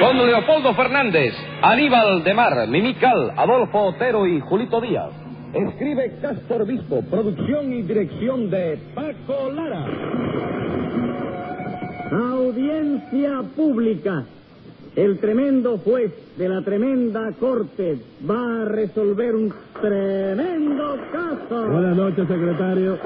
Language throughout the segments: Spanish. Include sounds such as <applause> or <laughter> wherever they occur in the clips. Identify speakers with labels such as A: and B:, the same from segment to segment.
A: Con Leopoldo Fernández, Aníbal de Mar, Mimical, Adolfo Otero y Julito Díaz.
B: Escribe Castro Obispo, producción y dirección de Paco Lara.
C: Audiencia pública. El tremendo juez de la tremenda corte va a resolver un tremendo caso.
D: Buenas noches, secretario.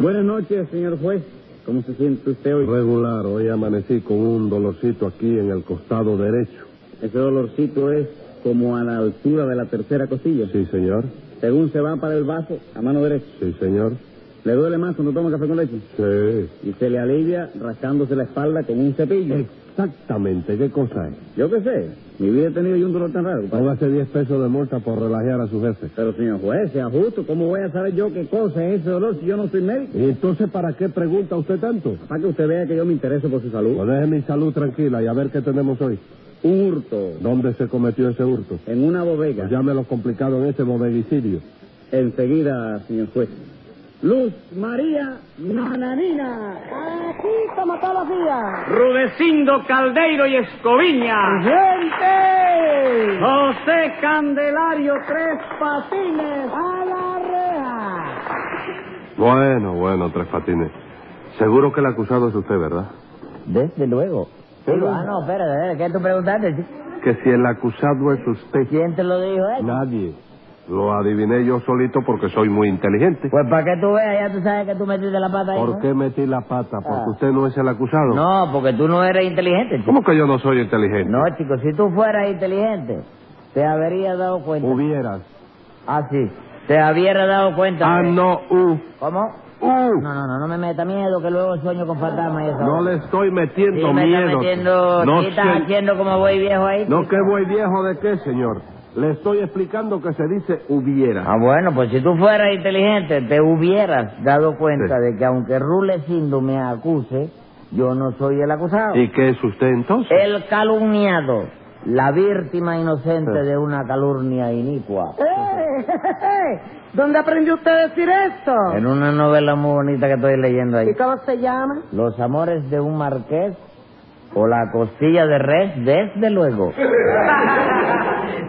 C: Buenas noches, señor juez. ¿Cómo se siente usted hoy?
D: Regular, hoy amanecí con un dolorcito aquí en el costado derecho.
C: Ese dolorcito es como a la altura de la tercera costilla.
D: Sí, señor.
C: Según se va para el vaso, a mano derecha.
D: Sí, señor.
C: ¿Le duele más cuando toma café con leche?
D: Sí.
C: Y se le alivia rascándose la espalda con un cepillo.
D: Exactamente, ¿qué cosa es?
C: Yo qué sé. Mi vida he tenido yo un dolor tan raro. padre.
D: Póngase 10 pesos de multa por relajar a su jefe.
C: Pero, señor juez, sea justo. ¿Cómo voy a saber yo qué cosa es ese dolor si yo no soy médico?
D: ¿Y entonces para qué pregunta usted tanto?
C: Para que usted vea que yo me intereso por su salud.
D: Pues deje mi salud tranquila y a ver qué tenemos hoy.
C: Un hurto
D: ¿Dónde se cometió ese hurto? Pues
C: en una bodega.
D: Llámelo complicado en ese bodeguicidio.
C: Enseguida, señor juez. Luz María Nananina. Aquí como todos los días. Rudecindo Caldeiro y Escoviña. ¡Gente! José Candelario Tres Patines. ¡A la reja!
D: Bueno, bueno, Tres Patines. Seguro que el acusado es usted, ¿verdad?
E: Desde luego. ah, no, espérate, espérate, ¿qué tú preguntaste?
D: Que si el acusado es usted...
E: ¿Quién te lo dijo eh? eso?
D: Nadie. Lo adiviné yo solito porque soy muy inteligente.
E: Pues para que tú veas, ya tú sabes que tú metiste la pata ahí.
D: ¿Por
E: ¿no?
D: qué metí la pata?
E: Ah.
D: ¿Porque usted no es el acusado?
E: No, porque tú no eres inteligente, chico.
D: ¿Cómo que yo no soy inteligente?
E: No, chico, si tú fueras inteligente, te habrías dado cuenta.
D: Hubieras.
E: Ah, sí. Te habrías dado cuenta.
D: Ah,
E: ¿eh?
D: no, u.
E: ¿Cómo?
D: u.
E: No, no, no, no me meta miedo, que luego sueño con fantasmas y eso.
D: No le estoy
E: Sí,
D: metiendo
E: me estás
D: miedo.
E: metiendo...
D: no,
E: sí, estás
D: sé-
E: haciendo como voy viejo ahí?
D: no,
E: chico?
D: que voy viejo de qué, señor. Le estoy explicando que se dice hubiera.
E: Ah, bueno, pues si tú fueras inteligente, te hubieras dado cuenta
D: Sí.
E: de que aunque Rulecindo me acuse, yo no soy el acusado.
D: ¿Y qué es usted entonces?
E: El calumniado, la víctima inocente
D: Sí.
E: de una calumnia inicua.
F: ¿Dónde aprendió usted a decir esto?
E: En una novela muy bonita que estoy leyendo ahí.
F: ¿Y cómo se llama? <laughs>
E: Los amores de un marqués o la costilla de res, desde luego.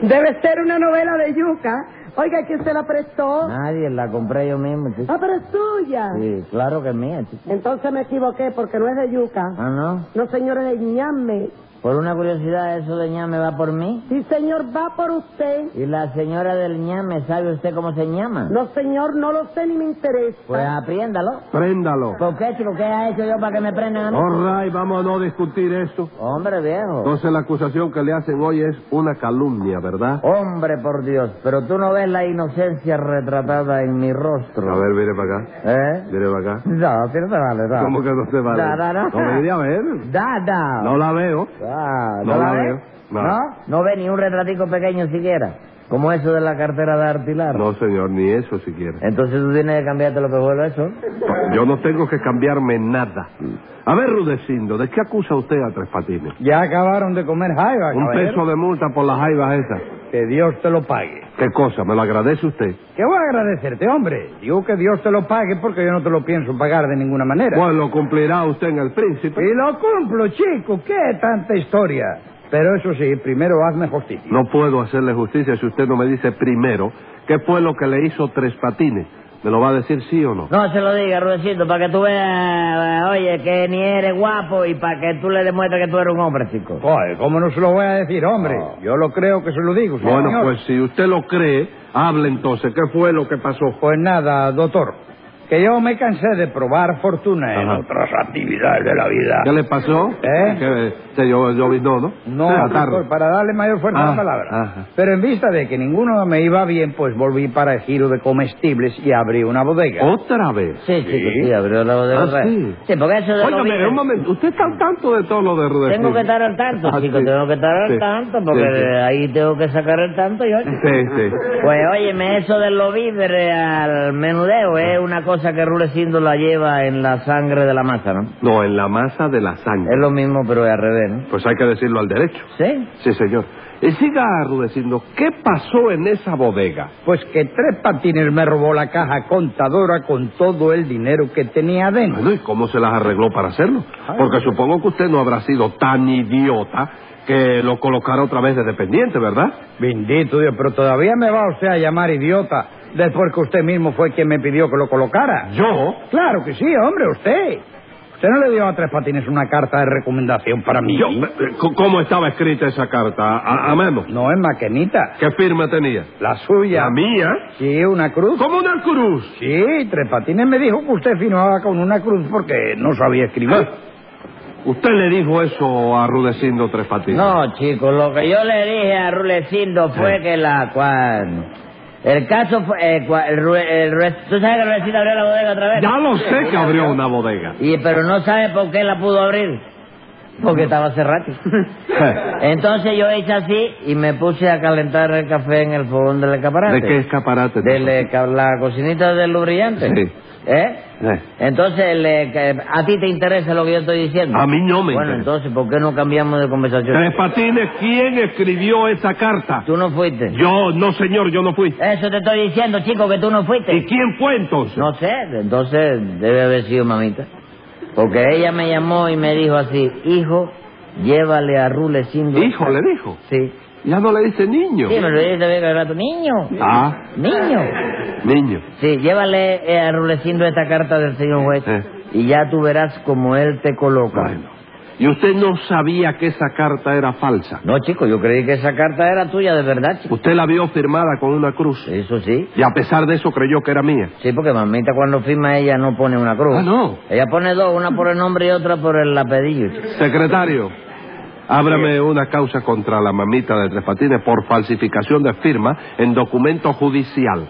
F: Debe ser una novela de yuca. Oiga, ¿quién se la prestó?
E: Nadie la compré yo mismo, chico.
F: Ah, pero es tuya.
E: Ah. Sí, claro que es mía, chico.
F: Entonces me equivoqué porque no es de yuca.
E: Ah, no.
F: No, señor, es de ñame.
E: Por una curiosidad, eso de ñame va por mí.
F: Sí, señor, va por usted.
E: ¿Y la señora del ñame sabe usted cómo se llama?
F: No, señor, no lo sé ni me interesa.
E: Pues apriéndalo.
D: Préndalo.
E: ¿Por qué, chico? ¿Qué ha hecho yo para que me prendan a mí?
D: All right, vamos a no discutir eso.
E: Hombre, viejo.
D: Entonces la acusación que le hacen hoy es una calumnia, ¿verdad?
E: Hombre, por Dios. Pero tú no ves la inocencia retratada en mi rostro.
D: A ver, mire para acá.
E: ¿Eh?
D: Mire para acá.
E: No, si no te vale, no.
D: ¿Cómo que no se vale?
E: Da, da, da.
D: No me diría a ver.
E: Da, da.
D: No la veo.
E: Ah,
D: No la
E: ve?
D: veo. No.
E: No. ¿No? ve ni un retratico pequeño siquiera. Como eso de la cartera de Artilar.
D: No, señor, ni eso siquiera.
E: Entonces tú tienes que cambiarte lo que vuelve eso.
D: Yo no tengo que cambiarme nada. A ver, Rudecindo, ¿de qué acusa usted a Tres Patines?
G: Ya acabaron de comer jaiba,
D: Un
G: caballero.
D: peso de multa por las jaivas esas.
G: Que Dios te lo pague.
D: ¿Qué cosa? ¿Me lo agradece usted?
G: ¿Qué voy a agradecerte, hombre? Digo que Dios te lo pague porque yo no te lo pienso pagar de ninguna manera.
D: Pues lo cumplirá usted en el príncipe.
G: Y lo cumplo, chico. ¿Qué tanta historia? Pero eso sí, primero hazme justicia.
D: No puedo hacerle justicia si usted no me dice primero qué fue lo que le hizo Tres Patines. ¿Me lo va a decir sí o no?
E: No se lo diga, Rudecito, para que tú veas, eh, oye, que ni eres guapo y para que tú le demuestres que tú eres un hombre, chico.
G: Joder, ¿cómo no se lo voy a decir, hombre? Yo lo creo que se lo digo, señor.
D: Bueno, pues si usted lo cree, hable entonces. ¿Qué fue lo que pasó?
G: Pues nada, doctor. Que yo me cansé de probar fortuna en
D: Ajá.
G: otras actividades de la vida.
D: ¿Qué le pasó?
G: ¿Eh?
D: Que, se yo, yo vi, no, ¿no?
G: No,
D: Ah,
G: doctor,
D: tarde.
G: para darle mayor fuerza a
D: Ah,
G: la palabra.
D: ajá.
G: Pero en vista de que ninguno me iba bien, pues volví para el giro de comestibles y abrí una bodega.
D: ¿Otra vez?
E: Sí, chico, sí, abrió
D: Oh,
E: la
D: Ah,
E: bodega. otra vez.
D: sí.
E: porque eso de
D: Óigame,
E: comida-
D: un momento, usted está al tanto de todo lo de
G: Pues
D: Rudecindo.
E: Tengo que estar al tanto,
D: Ah,
E: chico,
D: sí.
E: tengo que estar al
D: Sí.
E: tanto, porque
D: Sí, sí.
E: eh, ahí tengo que sacar el tanto yo. chico.
D: Sí, sí.
E: Pues óyeme, eso de los víveres al menudeo es
G: Ah.
E: una cosa que Rulecindo la lleva en la sangre de la masa, ¿no?
D: No, en la masa de la sangre.
E: Es lo mismo, pero es al revés, ¿no?
D: Pues hay que decirlo al derecho.
E: ¿Sí?
D: Sí, señor. Y siga Rudecindo, ¿qué pasó en esa bodega?
G: Pues que tres patines me robó la caja contadora con todo el dinero que tenía adentro.
D: Bueno, ¿y cómo se las arregló para hacerlo? Porque supongo que usted no habrá sido tan idiota que lo colocara otra vez de dependiente, ¿verdad?
G: Bendito Dios, pero todavía me va usted a llamar idiota después que usted mismo fue quien me pidió que lo colocara.
D: ¿Yo?
G: Claro que sí, hombre, usted. ¿Usted no le dio a Tres Patines una carta de recomendación para mí?
D: Yo, eh, c- ¿Cómo estaba escrita esa carta? ¿A, a mano?
G: No es maquinita.
D: ¿Qué firma tenía?
G: La suya.
D: ¿La mía?
G: Sí, una cruz.
D: ¿Como una cruz?
G: Sí, Tres Patines me dijo que usted firmaba con una cruz porque no sabía escribir.
D: ¿Eh? ¿Usted le dijo eso a Rudecindo Tres Patines?
E: No, chicos, lo que yo le dije a Rulecindo fue que la... cuan- el caso fue... eh, cua- el Ru- el Ru- ¿Tú sabes que Rulecindo abrió la bodega otra vez?
D: Ya lo sé que abrió una bodega.
E: Y, pero no sabe por qué la pudo abrir. Porque estaba
G: <laughs>
E: cerrada. Entonces yo hice así y me puse a calentar el café en el fogón del escaparate.
D: ¿De qué escaparate?
E: De la cocinita del lubrillante.
D: Sí.
E: ¿Eh?
D: Eh.
E: Entonces, le- que- ¿a ti te interesa lo que yo estoy diciendo?
D: A mí no me
E: Bueno,
D: interesa.
E: entonces, ¿por qué no cambiamos de conversación?
D: Tres Patines, ¿quién escribió esa carta?
E: Tú no fuiste.
D: Yo, no señor, yo no fui.
E: Eso te estoy diciendo, chico, que tú no fuiste.
D: ¿Y quién fue entonces?
E: No sé, entonces debe haber sido mamita. Porque ella me llamó y me dijo así, hijo, llévale a Rulecindo.
D: Hijo, le dijo.
E: Sí.
D: Ya no le dice niño.
E: Sí, me lo dije también cada rato. Niño.
D: Ah,
E: Niño.
D: niño.
E: Sí, llévale eh, a Rulecindo esta carta del señor juez.
D: Eh.
E: Y ya tú verás cómo él te coloca.
D: Bueno. ¿Y usted no sabía que esa carta era falsa?
E: No, chico, yo creí que esa carta era tuya de verdad, chico.
D: Usted la vio firmada con una cruz.
E: Eso sí.
D: Y a pesar de eso creyó que era mía.
E: Sí, porque mamita cuando firma ella no pone una cruz.
D: Ah, no.
E: Ella pone dos, una por el nombre y otra por el apellido. chico.
D: Secretario, ábrame una causa contra la mamita de Tres Patines por falsificación de firma en documento judicial.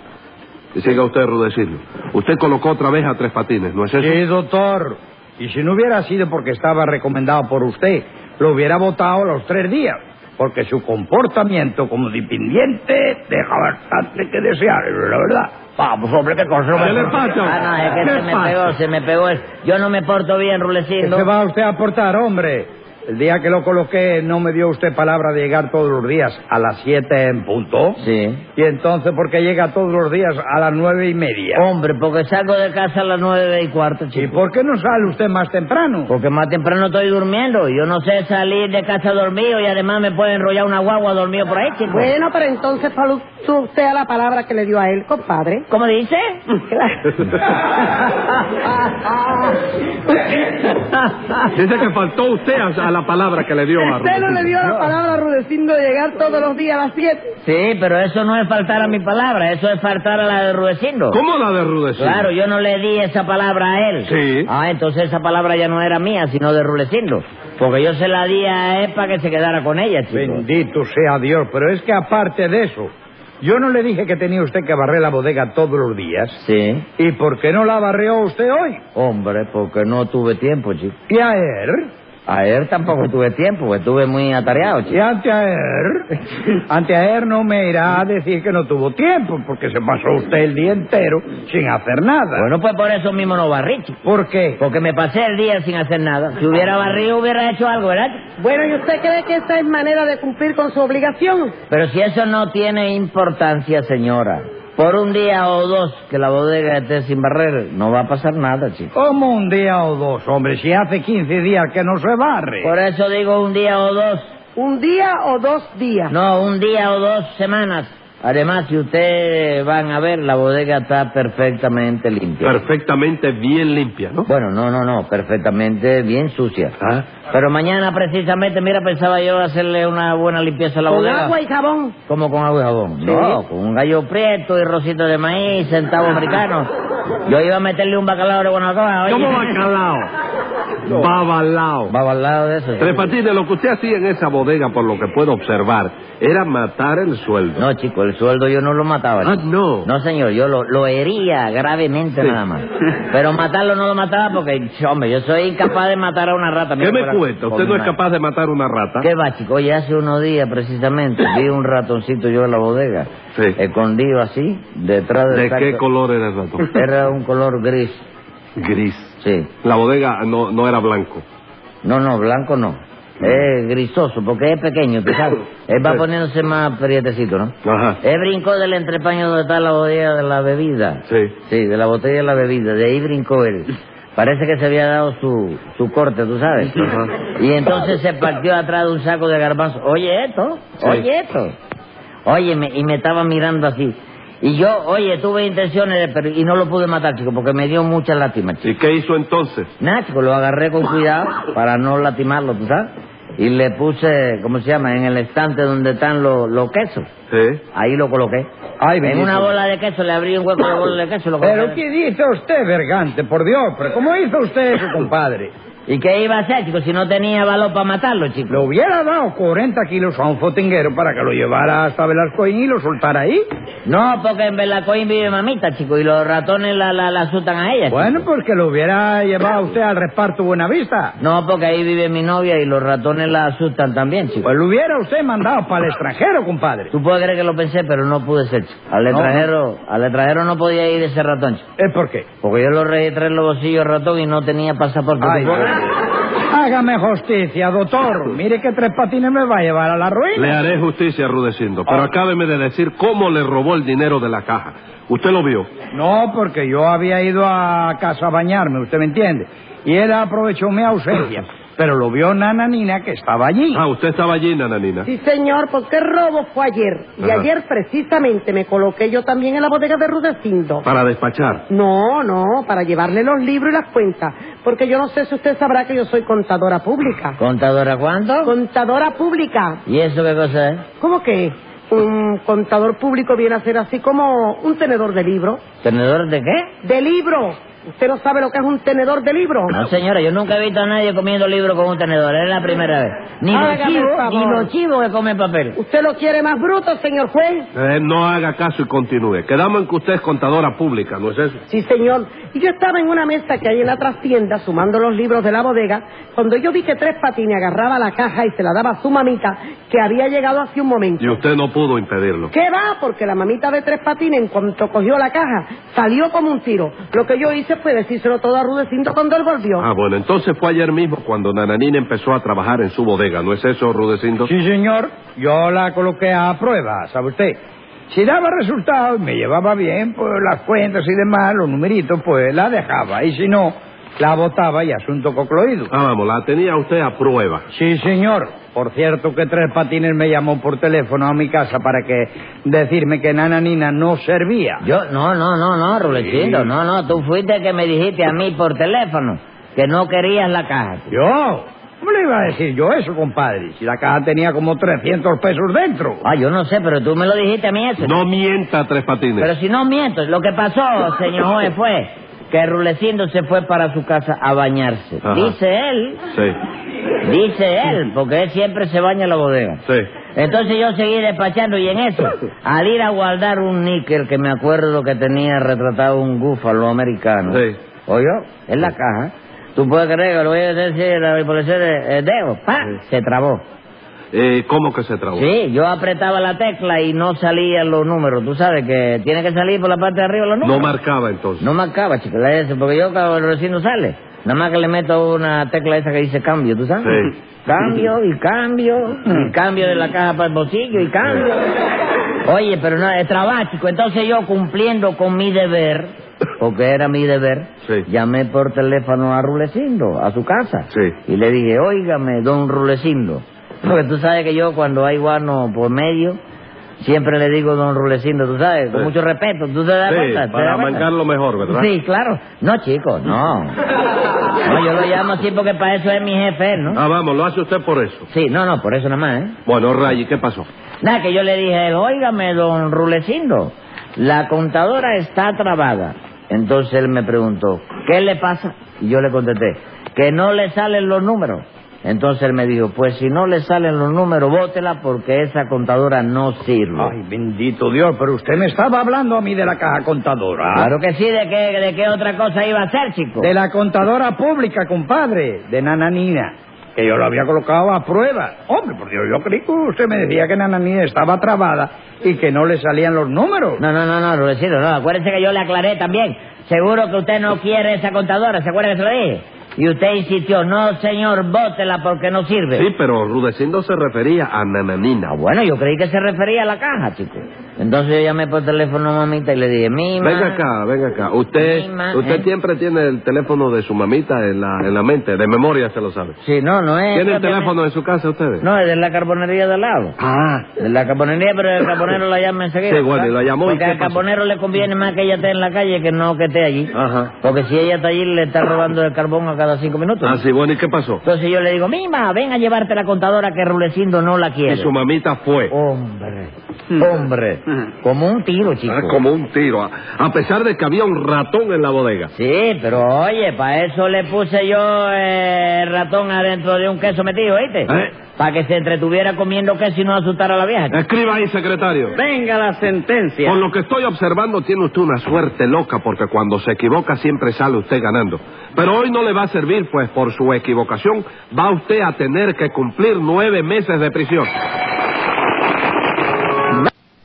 D: Y siga usted Rudecindo. Usted colocó otra vez a Tres Patines, ¿no es eso?
G: Sí, doctor. Y si no hubiera sido porque estaba recomendado por usted, lo hubiera votado a los tres días. Porque su comportamiento como dependiente deja bastante que desear, la verdad. Vamos, hombre, qué cosa.
D: ¿Qué le pasa?
E: Ah, no, es que
D: ¿Qué
E: se me
D: pasa?
E: pegó, se me pegó. el- Yo no me porto bien,
G: ¿Qué
E: Rulecindo.
G: se va usted a aportar, hombre? El día que lo coloqué no me dio usted palabra de llegar todos los días a las siete en punto.
E: Sí.
G: Y entonces, ¿por qué llega todos los días a las nueve y media?
E: Hombre, porque salgo de casa a las nueve y cuarto,
G: ¿Y
E: chico.
G: por qué no sale usted más temprano?
E: Porque más temprano estoy durmiendo. Yo no sé salir de casa dormido y además me puede enrollar una guagua dormido por ahí, chico.
F: Bueno, pero entonces fal- usted a la palabra que le dio a él, compadre.
D: <laughs>
E: ¿Cómo dice? <laughs>
D: Dice que faltó usted a, a la palabra que le dio
E: Ah,
D: a
F: Usted no le dio la
D: Rudecindo.
F: palabra a Rudecindo de llegar todos los días a las 7.
E: Sí, pero eso no es faltar a mi palabra, eso es faltar a la de Rudecindo.
D: ¿Cómo la de Rudecindo?
E: Claro, yo no le di esa palabra a él.
D: Sí.
E: Ah, entonces esa palabra ya no era mía, sino de Rulecindo. Porque yo se la di a él para que se quedara con ella, chico.
G: Bendito sea Dios, pero es que aparte de eso, yo no le dije que tenía usted que barrer la bodega todos los días.
E: Sí.
G: ¿Y por qué no la barrió usted hoy?
E: Hombre, porque no tuve tiempo, chico.
G: ¿Y ayer?
E: Ayer tampoco tuve tiempo, porque estuve muy
G: ¿Y
E: atareado,
G: er,
E: chico.
G: anteayer? Anteayer er no me irá a decir que no tuvo tiempo, porque se pasó usted el día entero sin hacer nada.
E: Bueno, pues por eso mismo no barrí, chico.
G: ¿Por qué?
E: Porque me pasé el día sin hacer nada. Si hubiera barrido, hubiera hecho algo, ¿verdad? chico?
F: Bueno, ¿y usted cree que esa es manera de cumplir con su obligación?
E: Pero si eso no tiene importancia, señora. Por un día o dos que la bodega esté sin barrer, no va a pasar nada, chico.
G: ¿Cómo un día o dos, hombre? Si hace 15 días que no se barre.
E: Por eso digo un día o dos.
F: ¿Un día o dos días?
E: No, un día o dos semanas. Además, si ustedes van a ver, la bodega está perfectamente limpia.
D: Perfectamente bien limpia, ¿no?
E: Bueno, no, no, no, perfectamente bien sucia.
D: Ah.
E: Pero mañana precisamente, mira, pensaba yo hacerle una buena limpieza a la
F: Con
E: bodega.
F: agua y jabón.
E: ¿Cómo con agua y jabón? No, con un gallo prieto y rosito de maíz, centavo
D: Ah.
E: americano. Yo iba a meterle un bacalao de Guanacaja. oye.
D: ¿Cómo bacalao? Babalao.
E: Va al lado de eso.
D: Tres Patines, lo que usted hacía en esa bodega, por lo que puedo observar, era matar el sueldo.
E: No, chico, el sueldo yo no lo mataba.
D: Ah,
E: chico.
D: no.
E: No, señor, yo lo, lo hería gravemente
D: Sí. <laughs>
E: nada más. Pero matarlo no lo mataba porque, hombre, yo soy incapaz de matar a una rata.
D: ¿Qué
E: mira,
D: me
E: fuera-
D: cuenta?
E: con
D: ¿Usted no
E: mi
D: es
E: madre.
D: capaz de matar una rata?
E: ¿Qué va, chico? Oye, hace unos días precisamente vi un ratoncito yo en la bodega.
D: Sí.
E: Escondido así, detrás del
D: ¿De
E: saco.
D: qué color era el ratón?
E: <laughs> Era un color gris,
D: Gris.
E: sí.
D: La bodega no, no era blanco.
E: No, no, blanco no. Es grisoso, porque es pequeño, tú sabes. Él va
D: Sí.
E: poniéndose más prietecito, ¿no?
D: Ajá.
E: Él brincó del entrepaño donde está la botella de la bebida.
D: Sí.
E: Sí, de la botella de la bebida, de ahí brincó él. Parece que se había dado su, su corte, tú sabes. Y entonces se partió atrás de un saco de garbanzos. Oye esto,
D: Sí.
E: oye esto. Oye, me- y me estaba mirando así. Y yo, oye, tuve intenciones, de, pero, y no lo pude matar, chico, porque me dio mucha lástima, chico.
D: ¿Y qué hizo entonces?
E: Nada, chico, pues lo agarré con cuidado para no latimarlo, tú sabes. Y le puse, ¿cómo se llama? En el estante donde están los, los quesos.
D: Sí.
E: Ahí lo coloqué.
G: Ay,
E: en
G: bendito.
E: una bola de queso, le abrí un hueco de bola de queso. Lo coloqué.
G: Pero ¿qué dice usted, Bergante? Por Dios, pero ¿cómo hizo usted eso, compadre?
E: ¿Y qué iba a hacer, chico, si no tenía valor para matarlo, chico?
G: Le hubiera dado 40 kilos a un fotinguero para que lo llevara hasta Velascoín y lo soltara ahí.
E: No, porque en Belacoín vive mamita, chico, y los ratones la, la, la asustan a ella. chico.
G: Bueno, pues que lo hubiera llevado usted al reparto Buenavista.
E: No, porque ahí vive mi novia y los ratones la asustan también, chico.
G: Pues lo hubiera usted mandado para el extranjero, compadre.
E: Tú puedes creer que lo pensé, pero no pude ser, chico. Al
G: No, no.
E: extranjero, al extranjero no podía ir ese ratón, chico.
G: ¿Es Eh, por qué?
E: Porque yo lo registré en los bolsillos ratón y no tenía pasaporte.
G: Ay,
E: ¿Tú puedes creer?
G: hágame justicia, doctor. Mire que tres patines me va a llevar a la ruina.
D: Le haré justicia, Rudecindo,
E: Ah.
D: pero acábeme de decir cómo le robó el dinero de la caja. ¿Usted lo vio?
G: No, porque yo había ido a casa a bañarme, usted me entiende. Y él aprovechó mi ausencia. Pero lo vio Nana Nina que estaba allí.
D: Ah, usted estaba allí, nananina.
F: Sí, señor, porque el robo fue ayer. Y
D: Ajá.
F: ayer precisamente me coloqué yo también en la bodega de Rudecindo.
E: Ah.
D: Para despachar.
F: No, no, para llevarle los libros y las cuentas. Porque yo no sé si usted sabrá que yo soy contadora pública.
E: ¿Contadora cuánto?
F: Contadora pública.
E: ¿Y eso qué cosa es?
F: ¿Cómo que? Un contador público viene a ser así como un tenedor de libro.
E: ¿Tenedor de qué?
F: ¡De libro! ¿Usted no sabe lo que es un tenedor de libro?
E: No, señora, yo nunca he visto a nadie comiendo libro con un tenedor. Es la primera vez. Ni los
F: Hágame el
E: chivos,
F: favor.
E: ni los chivos que comen papel.
F: ¿Usted lo quiere más bruto, señor juez?
D: Eh, no haga caso y continúe. Quedamos en que usted es contadora pública, ¿no es eso?
F: Sí, señor. Y yo estaba en una mesa que hay en la trastienda, sumando los libros de la bodega, cuando yo vi que Tres Patines agarraba la caja y se la daba a su mamita, que había llegado hace un momento.
D: Y usted no pudo impedirlo.
F: ¿Qué va? Porque la mamita de Tres Patines, en cuanto cogió la caja, salió como un tiro. Lo que yo hice fue decírselo todo a Rudecindo cuando él volvió.
D: Ah, bueno, entonces fue ayer mismo cuando Nananina empezó a trabajar en su bodega, ¿no es eso, Rudecindo?
G: Sí, señor, yo la coloqué a prueba, ¿sabe usted? Si daba resultados, me llevaba bien, pues las cuentas y demás, los numeritos, pues la dejaba. Y si no, la botaba y asunto concluido.
D: Ah, vamos, la tenía usted a prueba.
G: Sí, señor. Por cierto que Tres Patines me llamó por teléfono a mi casa para que decirme que Nana Nina no servía.
E: Yo, no, no, no, no, Rulecito,
G: Sí.
E: no, no, tú fuiste el que me dijiste a mí por teléfono que no querías la caja. chico.
G: ¿Yo? ¿Cómo le iba a decir yo eso, compadre? Si la caja tenía como 300 pesos dentro.
E: Ah, yo no sé, pero tú me lo dijiste a mí eso.
D: No mienta, Tres Patines.
E: Pero si no miento, lo que
D: <laughs>
E: pasó, señor juez, fue que Rulecindo se fue para su casa a bañarse.
D: Ajá.
E: Dice él,
D: Sí,
E: dice él, porque él siempre se baña en la bodega.
D: sí.
E: Entonces yo seguí despachando y en eso, al ir a guardar un níquel que me acuerdo que tenía retratado un búfalo americano,
D: Sí.
E: ¿oyó? En la caja. Tú puedes creer que lo voy a decir la policía de eh, dedo, ¡pa! Se trabó.
D: Eh, ¿Cómo que se trabó?
E: Sí, yo apretaba la tecla y no salían los números. Tú sabes que tiene que salir por la parte de arriba los
D: No
E: números.
D: marcaba entonces.
E: No marcaba, chica, la S, porque yo cuando recién no sale. Nada más que le meto una tecla esa que dice cambio, ¿tú sabes?
D: Sí.
E: <laughs> Cambio y cambio, y cambio de la caja para el bolsillo y cambio. Oye, pero no, es trabajo, chico. Entonces yo cumpliendo con mi deber, porque era mi deber,
D: Sí.
E: llamé por teléfono a Rulecindo, a su casa.
D: Sí.
E: Y le dije, óigame, don Rulecindo. Porque tú sabes que yo cuando hay guano por medio, siempre le digo don Rulecindo, tú sabes, con
D: Sí.
E: mucho respeto. ¿Tú te das
D: Sí,
E: cuenta? ¿Te
D: para
E: das cuenta?
D: mangarlo mejor, ¿verdad?
E: Sí, claro. No, chico, no. No, yo lo llamo así porque para eso es mi jefe, ¿no?
D: Ah, vamos, lo hace usted por eso.
E: Sí, no, no, por eso nada más, ¿eh?
D: Bueno, Ray, ¿y ¿qué pasó?
E: Nada, que yo le dije, a él, óigame, don Rulecindo, la contadora está trabada. Entonces él me preguntó, ¿qué le pasa? Y yo le contesté, que no le salen los números. Entonces él me dijo, pues si no le salen los números, bótela porque esa contadora no sirve.
G: Ay, bendito Dios, pero usted me estaba hablando a mí de la caja contadora.
E: Claro que sí, ¿de qué, ¿de qué otra cosa iba a ser, chico?
G: ah. De la contadora pública, compadre, de Nananina, que yo lo había colocado a prueba. Hombre, por Dios, yo creí que usted me decía que Nananina estaba trabada y que no le salían los números.
E: No, no, no, no, Rudecindo, no. Acuérdese que yo le aclaré también. Seguro que usted no quiere esa contadora, ¿se acuerda que se lo dije? Y usted insistió, no, señor, bótela porque no sirve.
D: Sí, pero Rudecindo se refería a Nananina.
E: Ah, bueno, yo creí que se refería a la caja, chico. Entonces yo llamé por teléfono a mamita y le dije, Mima.
D: Venga acá, venga acá. Usted
E: Mima,
D: usted
E: ¿eh?
D: siempre tiene el teléfono de su mamita en la, en la mente, de memoria se lo sabe.
E: Sí, no, no es.
D: ¿Tiene el
E: propiamente-
D: teléfono en su casa ustedes?
E: Eh, No, es de la carbonería de al lado.
D: Ah,
E: De la carbonería, pero el carbonero la llama enseguida.
D: Sí, bueno, y la llamó, ¿y qué
E: Porque al
D: pasó?
E: carbonero le conviene más que ella esté en la calle que no que esté allí.
D: Ajá.
E: Porque si ella está allí, le está robando el carbón a cada cinco minutos.
D: ah, sí, bueno, ¿y qué pasó?
E: Entonces yo le digo, Mima, ven a llevarte la contadora que Rulecindo no la
D: Y
E: quiere.
D: su mamita
E: Oh,
D: fue.
E: Hombre, hombre, como un tiro, chico.
D: Ah, como un tiro, a, a pesar de que había un ratón en la bodega.
E: Sí, pero oye, para eso le puse yo eh, ratón adentro de un queso metido, ¿oíste?
D: ¿Eh?
E: Para que se entretuviera comiendo queso y no asustara a la vieja.
D: Escriba ahí, secretario.
H: Venga la sentencia.
D: Por lo que estoy observando, tiene usted una suerte loca, porque cuando se equivoca siempre sale usted ganando. Pero hoy no le va a servir, pues por su equivocación va usted a tener que cumplir nueve meses de prisión.